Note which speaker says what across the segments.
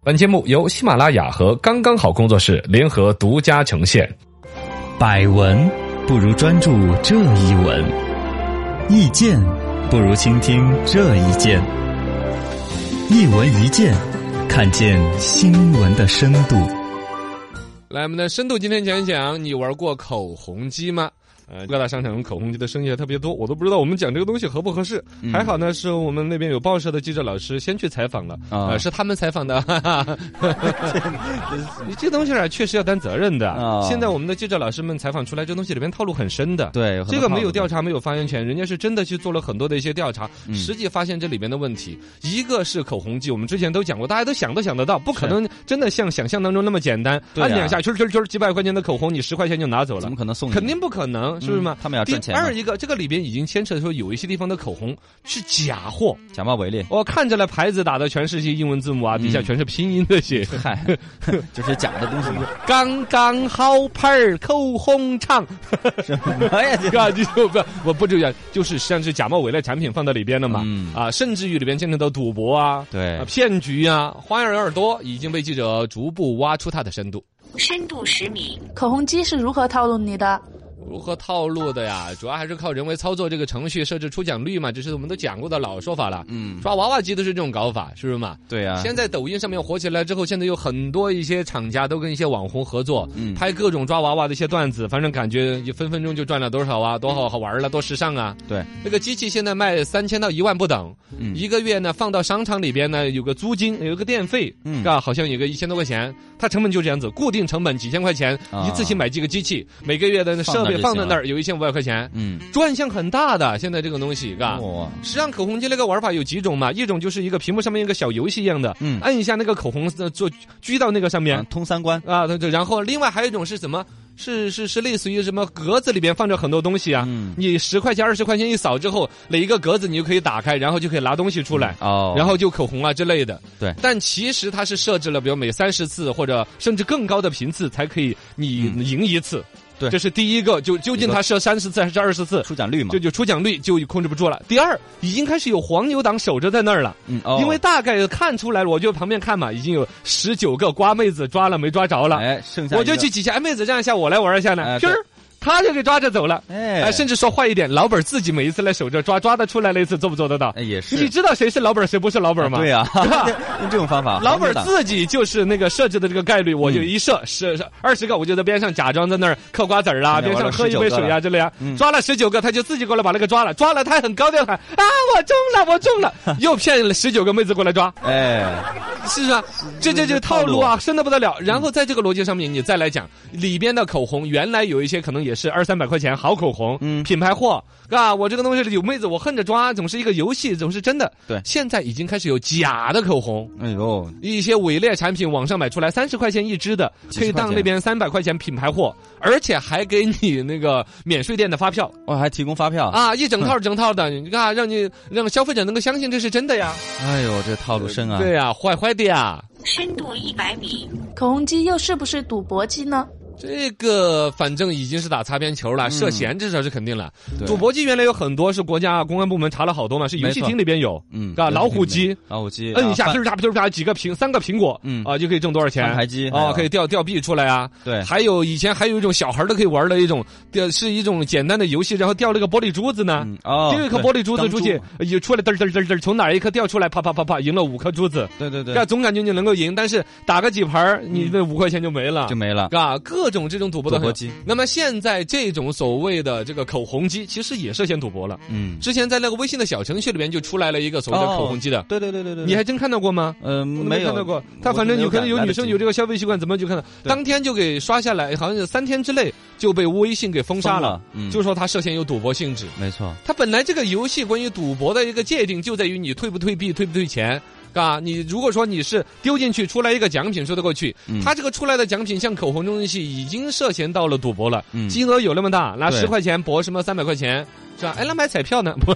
Speaker 1: 本节目由喜马拉雅和刚刚好工作室联合独家呈现。
Speaker 2: 百闻不如专注这一闻，意见不如倾听这一见。一闻一见，看见新闻的深度。
Speaker 1: 来，我们的深度今天讲一讲，你玩过口红机吗？呃，各大商场口红机的生意还特别多，我都不知道我们讲这个东西合不合适。还好呢，是我们那边有报社的记者老师先去采访了，
Speaker 2: 啊
Speaker 1: 呃，是他们采访 的。哈哈你这东西啊，确实要担责任的。
Speaker 2: 啊
Speaker 1: 现在我们的记者老师们采访出来，这东西里面套路很深的。
Speaker 2: 对，
Speaker 1: 这个没有调查，没有发言权，人家是真的去做了很多的一些调查，
Speaker 2: 嗯
Speaker 1: 实际发现这里面的问题。一个是口红剂，我们之前都讲过，大家都想都想得到，不可能真的像想象当中那么简单，
Speaker 2: 对啊
Speaker 1: 按两下圈圈圈几百块钱的口红，你十块钱就拿走
Speaker 2: 怎
Speaker 1: 了
Speaker 2: 么。可能送你？
Speaker 1: 肯定不可能，是不是嘛
Speaker 2: 嗯？他们要
Speaker 1: 第
Speaker 2: 赚钱嘛
Speaker 1: 二一个，这个里边已经牵扯说有一些地方的口红是假货，
Speaker 2: 假冒伪劣，
Speaker 1: 我看着了牌子打的全是些英文字母啊，底
Speaker 2: 嗯
Speaker 1: 下全是拼音那 些。
Speaker 2: 嗨，就是假的东西嘛。
Speaker 1: 刚刚好牌儿口红 厂，
Speaker 2: 什么 呀？这
Speaker 1: 啊，就就不我不这样，就是像是假冒伪劣产品放到里边了嘛，
Speaker 2: 嗯
Speaker 1: 啊，甚至于里边牵扯到赌博啊、
Speaker 2: 对
Speaker 1: 啊骗局啊，花样有点多，已经被记者逐步挖出它的深度。
Speaker 3: 深度十米，
Speaker 4: 口红机是如何套路你的？
Speaker 1: 如何套路的呀？主要还是靠人为操作这个程序设置出奖率嘛，这是我们都讲过的老说法了。
Speaker 2: 嗯，
Speaker 1: 抓娃娃机都是这种搞法，是不是嘛？
Speaker 2: 对啊，
Speaker 1: 现在抖音上面火起来之后，现在有很多一些厂家都跟一些网红合作，
Speaker 2: 嗯
Speaker 1: 拍各种抓娃娃的一些段子，反正感觉一分分钟就赚了多少啊，多好好玩了，多时尚啊！
Speaker 2: 对，
Speaker 1: 那个机器现在卖三千到一万不等，
Speaker 2: 嗯
Speaker 1: 一个月呢放到商场里边呢有个租金，有个电费，
Speaker 2: 嗯
Speaker 1: 啊，好像有个一千多块钱，它成本就这样子，固定成本几千块钱，
Speaker 2: 啊
Speaker 1: 一次性买几个机器，每个月的设备
Speaker 2: 放
Speaker 1: 放
Speaker 2: 那儿就行了
Speaker 1: 在那儿有一千五百块钱，
Speaker 2: 嗯，哦啊
Speaker 1: 转向很大的，现在这个东西，嘎、
Speaker 2: 哇，
Speaker 1: 实际上口红机那个玩法有几种嘛？一种就是一个屏幕上面一个小游戏一样的，
Speaker 2: 嗯
Speaker 1: 按一下那个口红呃做居到那个上面
Speaker 2: 啊通三关
Speaker 1: 啊，对对。然后另外还有一种是什么？是是是类似于什么格子里边放着很多东西啊？
Speaker 2: 嗯
Speaker 1: 你十块钱二十块钱一扫之后，哪一个格子你就可以打开，然后就可以拿东西出来。
Speaker 2: 哦，
Speaker 1: 然后就口红啊之类的，
Speaker 2: 对
Speaker 1: 但其实它是设置了，比如每三十次或者甚至更高的频次才可以你赢一次，
Speaker 2: 嗯对
Speaker 1: 这是第一个。就究竟它设三十次还是二十次？
Speaker 2: 出奖率嘛
Speaker 1: 就，就出奖率就控制不住了。第二，已经开始有黄牛党守着在那儿了，
Speaker 2: 嗯，哦
Speaker 1: 因为大概看出来了，我就旁边看嘛，已经有十九个瓜妹子抓了没抓着了，
Speaker 2: 哎，剩下
Speaker 1: 我就
Speaker 2: 一个
Speaker 1: 去，几下，哎，妹子让一下，我来玩一下
Speaker 2: 哎
Speaker 1: 呢，
Speaker 2: 对
Speaker 1: 儿，他就给抓着走了。哎，
Speaker 2: 哎，
Speaker 1: 甚至说坏一点，老本自己每一次来守着抓，抓得出来那一次做不做得到
Speaker 2: 哎？也是
Speaker 1: 你知道谁是老本谁不是老本吗？
Speaker 2: 啊对 呀，
Speaker 1: 吧
Speaker 2: 用这种方法，
Speaker 1: 老本
Speaker 2: 黄牛党
Speaker 1: 自己就是那个设置的这个概率，我就
Speaker 2: 嗯
Speaker 1: 一设是二十个，我就在边上假装在那儿嗑瓜子儿啦，
Speaker 2: 现在
Speaker 1: 边
Speaker 2: 玩
Speaker 1: 上
Speaker 2: 了
Speaker 1: 喝一
Speaker 2: 19
Speaker 1: 杯
Speaker 2: 个
Speaker 1: 水呀之类啊
Speaker 2: 嗯，
Speaker 1: 抓了十九个，他就自己过来把那个抓了，抓了他很高调喊啊我中了我中 了，又骗了十九个妹子过来抓，
Speaker 2: 哎，
Speaker 1: 是不是啊？这这这套
Speaker 2: 嗯
Speaker 1: 路啊，深的不得了。然后在这个逻辑上面，你再来讲里边的口红，原来有一些可能也是二三百块钱好口红，
Speaker 2: 嗯
Speaker 1: 品牌货，啊，我这个东西有妹子我恨着抓，总是一个游戏，总是真的。
Speaker 2: 对
Speaker 1: 现在已经开始有假的口红。
Speaker 2: 哎呦，
Speaker 1: 一些伪劣产品网上买出来三十块钱一支的，
Speaker 2: 几十
Speaker 1: 可以
Speaker 2: 块
Speaker 1: 当
Speaker 2: 钱
Speaker 1: 那边三百块钱品牌货，而且还给你那个免税店的发票
Speaker 2: 我哦还提供发票，
Speaker 1: 啊，一整套
Speaker 2: 嗯
Speaker 1: 整套的，你看让你让消费者能够相信这是真的呀，
Speaker 2: 哎呦，这套路深啊，
Speaker 1: 对呀、坏坏的呀。
Speaker 3: 深度一百米，
Speaker 4: 口红机又是不是赌博机呢？
Speaker 1: 这个反正已经是打擦边球了，涉嫌至少是肯定了。
Speaker 2: 嗯对
Speaker 1: 赌，博机原来有很多是国家公安部门查了好多嘛，是游戏
Speaker 2: 没错
Speaker 1: 厅里边有，
Speaker 2: 嗯
Speaker 1: 啊，老虎机，
Speaker 2: 老虎机，
Speaker 1: 摁一下，
Speaker 2: 啊
Speaker 1: 噼
Speaker 2: 翻
Speaker 1: 里啪噼里啪几个苹三个苹果，
Speaker 2: 嗯
Speaker 1: 啊就可以挣多少钱
Speaker 2: 翻？牌机，还
Speaker 1: 哦
Speaker 2: 有，
Speaker 1: 可以掉掉币出来啊。
Speaker 2: 对，
Speaker 1: 还有以前还有一种小孩儿都可以玩的一种，呃，是一种简单的游戏，然后掉了个玻璃珠子呢。
Speaker 2: 嗯哦，
Speaker 1: 丢一颗
Speaker 2: 对
Speaker 1: 玻璃珠子出去
Speaker 2: 当珠，
Speaker 1: 也出来嘚儿嘚儿嘚儿嘚儿，从哪儿一颗掉出来，啪啪啪啪，赢了五颗珠子。
Speaker 2: 对对
Speaker 1: 那
Speaker 2: 对，
Speaker 1: 总感觉你能够赢，但是打个几盘儿，你那五块钱就没了
Speaker 2: 就。没了，
Speaker 1: 啊，各种这种赌博
Speaker 2: 赌
Speaker 1: 的
Speaker 2: 博。机，
Speaker 1: 那么现在这种所谓的这个口红机，其实也涉嫌赌博了。
Speaker 2: 嗯，
Speaker 1: 之前在那个微信的小程序里边就出来了一个所谓的口红机的，
Speaker 2: 对对对对对，
Speaker 1: 你还真看到过吗？
Speaker 2: 哦嗯
Speaker 1: 我都
Speaker 2: 没有
Speaker 1: 看到过，他反正有可能有女生有这
Speaker 2: 个
Speaker 1: 个消费习惯，怎么就看到
Speaker 2: 对
Speaker 1: 当天就给刷下来，好像是三天之内就被微信给封杀了，，
Speaker 2: 嗯，
Speaker 1: 就说他涉嫌有赌博性质。
Speaker 2: 没错，
Speaker 1: 他本来这个游戏关于赌博的一个界定就在于你退不退币、退不退钱。啊，你如果说你是丢进去出来一个奖品说得过去，
Speaker 2: 嗯
Speaker 1: 他这个出来的奖品像口红这种东西已经涉嫌到了赌博了，
Speaker 2: 嗯
Speaker 1: 金额有那么大，拿
Speaker 2: 对
Speaker 1: 十块钱博什么三百块钱，是 吧？哎，那买彩票呢？ 不，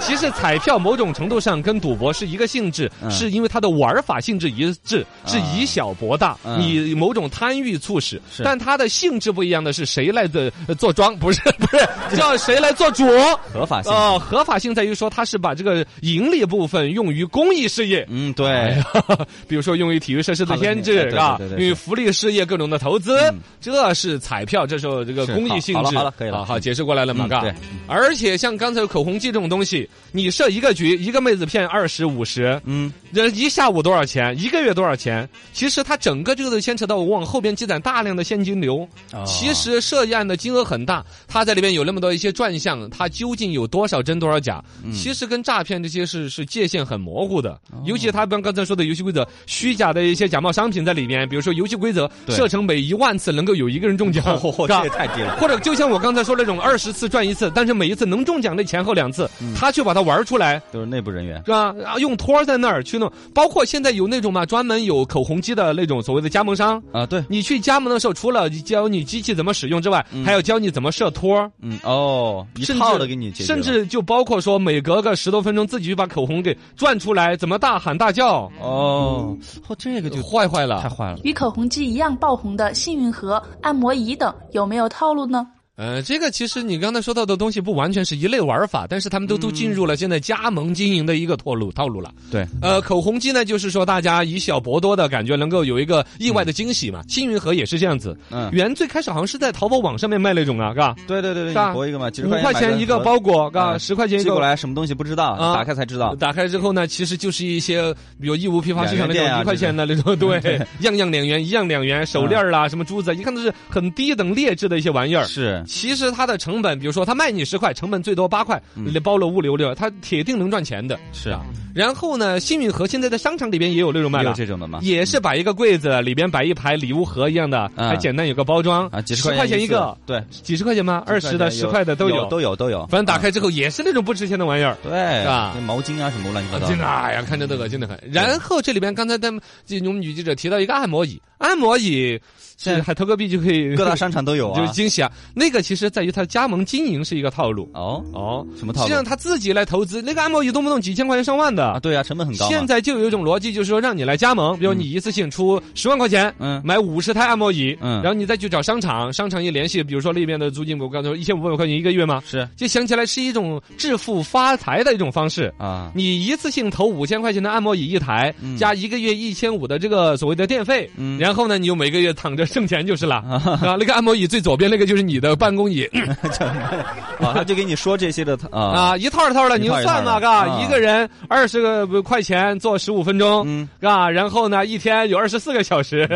Speaker 1: 其实彩票某种程度上跟赌博是一个性质，
Speaker 2: 嗯
Speaker 1: 是因为它的玩法性质一致，是
Speaker 2: 啊
Speaker 1: 以小博大，
Speaker 2: 嗯
Speaker 1: 你某种贪欲促使
Speaker 2: 是。
Speaker 1: 但它的性质不一样的是，谁来的呃做庄？不是， 不 是，叫谁来做主？
Speaker 2: 合法性。
Speaker 1: 哦，合法性在于说，它是把这个盈利部分用于公益事业。
Speaker 2: 嗯，
Speaker 1: 哎
Speaker 2: 对，
Speaker 1: 比如说用于体育设施的添置，
Speaker 2: 对对
Speaker 1: 是吧
Speaker 2: 对对？对
Speaker 1: 用于福利事业各种的投资
Speaker 2: 嗯，
Speaker 1: 这是彩票，这时候这个
Speaker 2: 是
Speaker 1: 公益性
Speaker 2: 好好
Speaker 1: 质。
Speaker 2: 了好了可以了
Speaker 1: 啊
Speaker 2: 嗯
Speaker 1: 好，解释过来了嘛？
Speaker 2: 嗯
Speaker 1: 嘎
Speaker 2: 对。
Speaker 1: 而且像刚才口红机这种东西，你设一个局，一个妹子骗二十五十，
Speaker 2: 嗯，
Speaker 1: 这一下午多少钱？一个月多少钱？其实它整个这个牵扯到往后边积攒大量的现金流。
Speaker 2: 哦
Speaker 1: 其实涉案的金额很大，它在里边有那么多一些转项，它究竟有多少真多少假？
Speaker 2: 嗯
Speaker 1: 其实跟诈骗这些是是界限很模糊的，
Speaker 2: 哦
Speaker 1: 尤其他刚刚才说的游戏规则，虚假的一些假冒商品在里面，比如说游戏规则
Speaker 2: 对
Speaker 1: 设成每一万次能够有一个人中奖，
Speaker 2: 哦
Speaker 1: 是
Speaker 2: 这
Speaker 1: 吧
Speaker 2: 也太低了。
Speaker 1: 或者就像我刚才说那种二十次赚一次，但是每一次能中奖的前后两次，
Speaker 2: 嗯
Speaker 1: 他去把它玩出来，
Speaker 2: 都是内部人员。
Speaker 1: 是吧？啊，用托儿在那儿去弄，包括现在有那种嘛，专门有口红机的那种所谓的加盟商，
Speaker 2: 啊，对，
Speaker 1: 你去加盟的时候，除了教你机器怎么使用之外，还要教你怎么设托儿，
Speaker 2: 嗯，哦，一
Speaker 1: 甚
Speaker 2: 套
Speaker 1: 至
Speaker 2: 的给嗯你解决
Speaker 1: 甚
Speaker 2: 了
Speaker 1: 至就包括说每隔个十多分钟自己去把口红给转出来，怎么大喊大叫，
Speaker 2: 哦，哦，这个就
Speaker 1: 坏坏
Speaker 2: 太
Speaker 1: 了。
Speaker 2: 坏了。
Speaker 4: 与口红机一样爆红的幸运盒、按摩仪等有没有套路呢？
Speaker 1: 呃，这个其实你刚才说到的东西不完全是一类玩法，但是他们都
Speaker 2: 嗯
Speaker 1: 都进入了现在加盟经营的一个套路套路了。
Speaker 2: 对，
Speaker 1: 呃，口红机呢，就是说大家以小博多的感觉，能够有一个意外的惊喜嘛。幸运盒也是这样子，
Speaker 2: 嗯，
Speaker 1: 原最开始好像是在淘宝网上面卖那种啊，嘎，
Speaker 2: 对对对对，
Speaker 1: 是吧
Speaker 2: 你博一个嘛，几十
Speaker 1: 五块
Speaker 2: 块
Speaker 1: 钱
Speaker 2: 买
Speaker 1: 一个
Speaker 2: 盒
Speaker 1: 包裹，嘎，
Speaker 2: 嗯
Speaker 1: 十块钱一
Speaker 2: 寄
Speaker 1: 个
Speaker 2: 过来，什么东西不知道，
Speaker 1: 啊
Speaker 2: 打开才知道。
Speaker 1: 打开之后呢，其实就是一些比如义乌批发市场那
Speaker 2: 两元店
Speaker 1: 种
Speaker 2: 啊嗯
Speaker 1: 一块钱的那种， 对，样样两元，一样两元，手链儿啊啦，什么珠子，一看都是很低等劣质的一些玩意儿。
Speaker 2: 是，
Speaker 1: 其实它的成本，比如说它卖你十块，成本最多八块，
Speaker 2: 嗯
Speaker 1: 包了物流的，它铁定能赚钱的。
Speaker 2: 是啊，
Speaker 1: 然后呢，幸运盒现在在商场里边也有那种卖
Speaker 2: 也有
Speaker 1: 的。
Speaker 2: 这种的嘛。
Speaker 1: 也是摆一个柜子，里边摆一排礼物盒一样的，
Speaker 2: 嗯
Speaker 1: 还简单有个包装
Speaker 2: 啊，几
Speaker 1: 块
Speaker 2: 钱
Speaker 1: 一个，
Speaker 2: 次，对，
Speaker 1: 几十块钱吗？二十的、
Speaker 2: 有
Speaker 1: 十块的都有，
Speaker 2: 都有都有。
Speaker 1: 反正打开之后也是那种不值钱的玩意儿。
Speaker 2: 对，
Speaker 1: 是吧
Speaker 2: 那毛巾啊什么乱七八糟
Speaker 1: 真
Speaker 2: 的。
Speaker 1: 的，哎呀，看着都恶心的很。然后这里边刚才咱们这我们女记者提到一个按摩椅，按摩椅
Speaker 2: 现
Speaker 1: 是
Speaker 2: 在
Speaker 1: 还投个币就可以
Speaker 2: 各大商场都有
Speaker 1: 就
Speaker 2: 啊
Speaker 1: 是。惊喜啊。那个其实在于它加盟经营是一个套路
Speaker 2: 哦，
Speaker 1: 哦，
Speaker 2: 什么
Speaker 1: 实
Speaker 2: 套
Speaker 1: 际
Speaker 2: 路
Speaker 1: 上他自己来投资，那个按摩椅动不动几千块钱上万
Speaker 2: 啊？
Speaker 1: 的。
Speaker 2: 对啊，成本很高嘛。
Speaker 1: 现在就有一种逻辑，就是说让你来加盟，比如你一次性出十万块钱，
Speaker 2: 嗯
Speaker 1: 买五十台按摩椅，
Speaker 2: 嗯
Speaker 1: 然后你再去找商场，商场一联系，比如说那边的租金，我刚才说一千五百块钱一个月嘛，
Speaker 2: 是
Speaker 1: 就想起来是一种致富发财的一种方式。
Speaker 2: 啊，
Speaker 1: 你一次性投五千块钱的按摩椅一台，
Speaker 2: 嗯
Speaker 1: 加一个月一千五的这个所谓的电费，
Speaker 2: 嗯
Speaker 1: 然后呢，你就每个月躺着挣钱就是了。啊，那个按摩椅最左边那个就是你的办公椅
Speaker 2: 啊，他就给你说这些的 啊，
Speaker 1: 啊，一套一套的，你就算嘛，
Speaker 2: 一套一套的
Speaker 1: 嘎，
Speaker 2: 啊
Speaker 1: 一个人二十个块钱做十五分钟，
Speaker 2: 嗯，
Speaker 1: 嘎，然后呢，一天有二十四个小 时，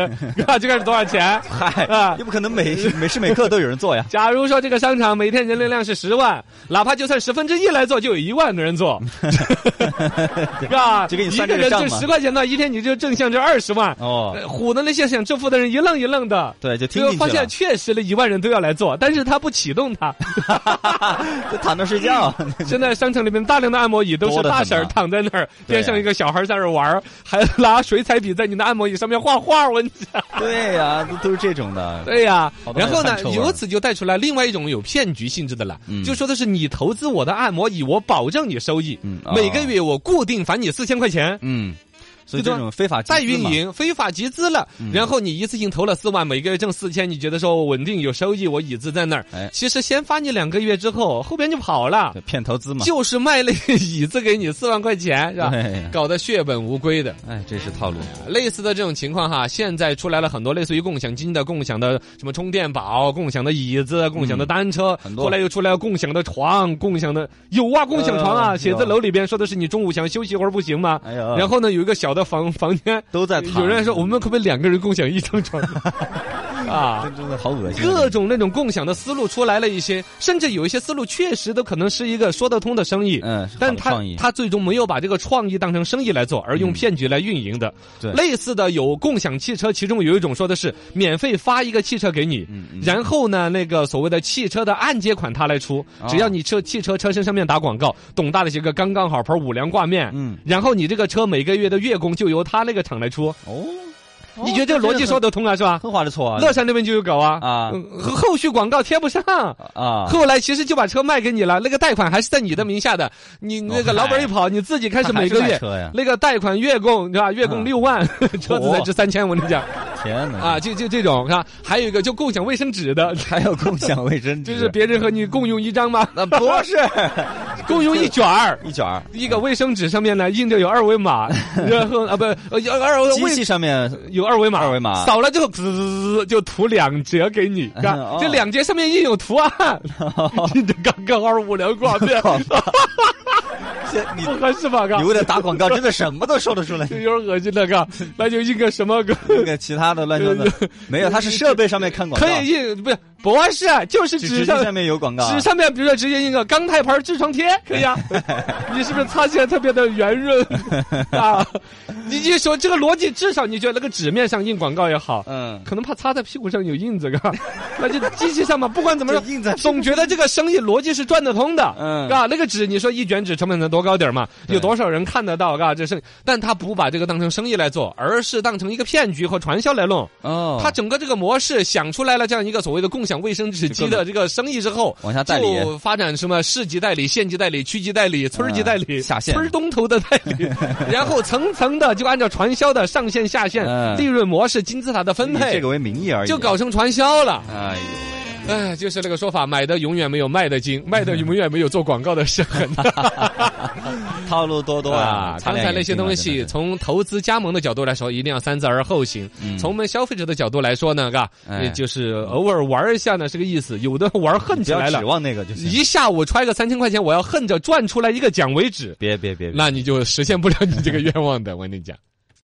Speaker 1: 嘎，这个是多少钱？啊
Speaker 2: 嗨，又不可能每 每时每刻都有人做呀。
Speaker 1: 假如说这个商场每天人流量是十万，哪怕就算十分之一来做，就有一万个人 做，是吧？
Speaker 2: 就给你
Speaker 1: 一
Speaker 2: 算
Speaker 1: 个
Speaker 2: 这个
Speaker 1: 人
Speaker 2: 账
Speaker 1: 挣
Speaker 2: 嘛
Speaker 1: 十块钱呢，一天你就挣向这二十万，
Speaker 2: 哦，
Speaker 1: 呃唬的那些想致富的人一愣一愣的。
Speaker 2: 对，就
Speaker 1: 最
Speaker 2: 听
Speaker 1: 后
Speaker 2: 进
Speaker 1: 啊发
Speaker 2: 去
Speaker 1: 现
Speaker 2: 了，
Speaker 1: 确实那一万人都要来做，但是他不启动 它。
Speaker 2: 就躺着睡觉。
Speaker 1: 现在商场里面大量的按摩椅都是
Speaker 2: 多得很
Speaker 1: 大婶儿
Speaker 2: 呐
Speaker 1: 躺在那儿，
Speaker 2: 对啊
Speaker 1: 边上一个小孩儿在那儿玩儿，还拿水彩笔在你的按摩椅上面画画。我跟你讲，
Speaker 2: 对呀，都都是这种的。
Speaker 1: 对呀、
Speaker 2: 好多
Speaker 1: 然后呢
Speaker 2: 汗臭，味儿
Speaker 1: 由此就带出来另外一种有骗局性质的了，
Speaker 2: 嗯
Speaker 1: 就说的是你投资我的按摩椅，我保证你收益，
Speaker 2: 嗯
Speaker 1: 每个月我固定返你四千块钱。
Speaker 2: 嗯，所以
Speaker 1: 就
Speaker 2: 这
Speaker 1: 说
Speaker 2: 种非法集
Speaker 1: 再
Speaker 2: 资
Speaker 1: 运
Speaker 2: 嘛，嗯
Speaker 1: 营非法集资了，然后你一次性投了四万，每个月挣四千，你觉得说我稳定有收益，我椅子在那儿
Speaker 2: 哎。
Speaker 1: 其实先发你两个月之后，后边就跑了
Speaker 2: 对，骗投资嘛。
Speaker 1: 就是卖那个椅子给你四万块钱，是吧？
Speaker 2: 对，
Speaker 1: 搞得血本无归的。
Speaker 2: 哎，这是套路。
Speaker 1: 啊类似的这种情况哈，现在出来了很多类似于共享经济的、共享的什么充电宝、共享的椅子、共享的单车，
Speaker 2: 嗯很多
Speaker 1: 后来又出来了共享的床、共享的有啊，共享床啊，
Speaker 2: 呃
Speaker 1: 写字楼里边说的是你中午想休息一会儿不行吗？
Speaker 2: 哎呀，
Speaker 1: 然后呢，有一个小的房房间，
Speaker 2: 都在躺。
Speaker 1: 有人说我们可不可以两个人共享一张床 啊？
Speaker 2: 真真的好恶心啊。
Speaker 1: 各种那种共享的思路出来了一些，甚至有一些思路确实都可能是一个说得通的生意，
Speaker 2: 嗯，是好的
Speaker 1: 但他
Speaker 2: 创意嗯
Speaker 1: 他最终没有把这个创意当成生意来做，而用骗局来运营的。
Speaker 2: 对
Speaker 1: 类似的有共享汽车，其中有一种说的是免费发一个汽车给你，
Speaker 2: 嗯嗯
Speaker 1: 然后呢，那个所谓的汽车的按揭款他来出，
Speaker 2: 哦
Speaker 1: 只要你车汽车车身上面打广告，董大的这个刚刚好牌五粮挂面，
Speaker 2: 嗯
Speaker 1: 然后你这个车每个月的月供就由他那个厂来出。
Speaker 2: 哦，
Speaker 1: 你觉得这个逻辑说得通啊，是吧？
Speaker 2: 很划得错啊？
Speaker 1: 乐山那边就有狗啊
Speaker 2: 啊
Speaker 1: 嗯后后续广告贴不上。
Speaker 2: 啊，
Speaker 1: 后来其实就把车卖给你了，那个贷款还是在你的名下的，你那个老板一跑，你自己开始每个
Speaker 2: 哦哎他还是卖
Speaker 1: 月
Speaker 2: 车呀
Speaker 1: 那个贷款月供对吧？月供
Speaker 2: 嗯
Speaker 1: 六万，车子才值三千，我跟你讲
Speaker 2: 天哪！
Speaker 1: 啊，，就就这种是吧？还有一个就共享卫生纸 的，
Speaker 2: 还有共享卫生纸，
Speaker 1: 就是别人和你共用一张吗？
Speaker 2: 那不是
Speaker 1: 共用一卷 儿。
Speaker 2: 一卷儿，
Speaker 1: 一个卫生纸上面呢印着有二维 码，然后啊不呃有二维
Speaker 2: 机器上面
Speaker 1: 有二维码，
Speaker 2: 二维码
Speaker 1: 扫了之后滋就涂两折给你，是吧
Speaker 2: 哦
Speaker 1: 这两折上面印有图 案，印着刚刚二五两挂面，
Speaker 2: 哦这你
Speaker 1: 不合适吧？嘎
Speaker 2: 你，为了打广告，真的什么都说得出来
Speaker 1: 就。有点恶心的 嘎，那就印个什么个。
Speaker 2: 那个其他的乱七八糟，没有，它是设备上面看广告，
Speaker 1: 可以印不是不是就是
Speaker 2: 纸
Speaker 1: 纸
Speaker 2: 纸
Speaker 1: 上
Speaker 2: 巾上面有广告啊，
Speaker 1: 纸上面，比如说直接印个钢钛牌痔疮贴，可以 啊？你是不是擦起来特别的圆润啊？你就说这个逻辑，至少你觉得那个纸面上印广告也好，
Speaker 2: 嗯，
Speaker 1: 可能怕擦在屁股上有印子， 嘎，那就机器上嘛，不管怎么说
Speaker 2: 就，印在屁股
Speaker 1: 总觉得这个生意逻辑是转得通的，
Speaker 2: 嗯
Speaker 1: 嘎，那个纸你说一卷纸成本能多高点儿嘛？有多少人看得到，嘎，这生意，但他不把这个当成生意来做，而是当成一个骗局和传销来弄。
Speaker 2: 哦，
Speaker 1: 他整个这个模式想出来了这样一个所谓的共享卫生纸机的这个生意之后，
Speaker 2: 往下代理
Speaker 1: 就发展什么市级代理、县级代理、区级代理、村儿级代理、
Speaker 2: 嗯下线
Speaker 1: 村儿东头的代 理，然后层层的就按照传销的上线、下线、
Speaker 2: 嗯
Speaker 1: 利润模式、金字塔的分
Speaker 2: 以这
Speaker 1: 配
Speaker 2: 个，为名义而已，
Speaker 1: 就搞，成传销了。
Speaker 2: 哎呦，
Speaker 1: 哎，就是那个说法，买的永远没有卖的精，
Speaker 2: 嗯
Speaker 1: 卖的永远没有做广告的深。
Speaker 2: 套路多多啊，擦
Speaker 1: 刚
Speaker 2: 亮
Speaker 1: 才
Speaker 2: 眼
Speaker 1: 那些
Speaker 2: 睛啊
Speaker 1: 东
Speaker 2: 真
Speaker 1: 西，
Speaker 2: 的是
Speaker 1: 从投资加盟的角度来说，一定要三思而后行。
Speaker 2: 嗯
Speaker 1: 从我们消费者的角度来说呢，嘎，
Speaker 2: 哎
Speaker 1: 也就是偶尔玩一下呢是个意思，有的玩恨
Speaker 2: 不
Speaker 1: 起来
Speaker 2: 要
Speaker 1: 了
Speaker 2: 指，望那个就行，
Speaker 1: 一下午揣个三千块钱，我要恨着赚出来一个奖为止，
Speaker 2: 别别别，别
Speaker 1: 那你就实现不了你这个愿望的。我跟你讲，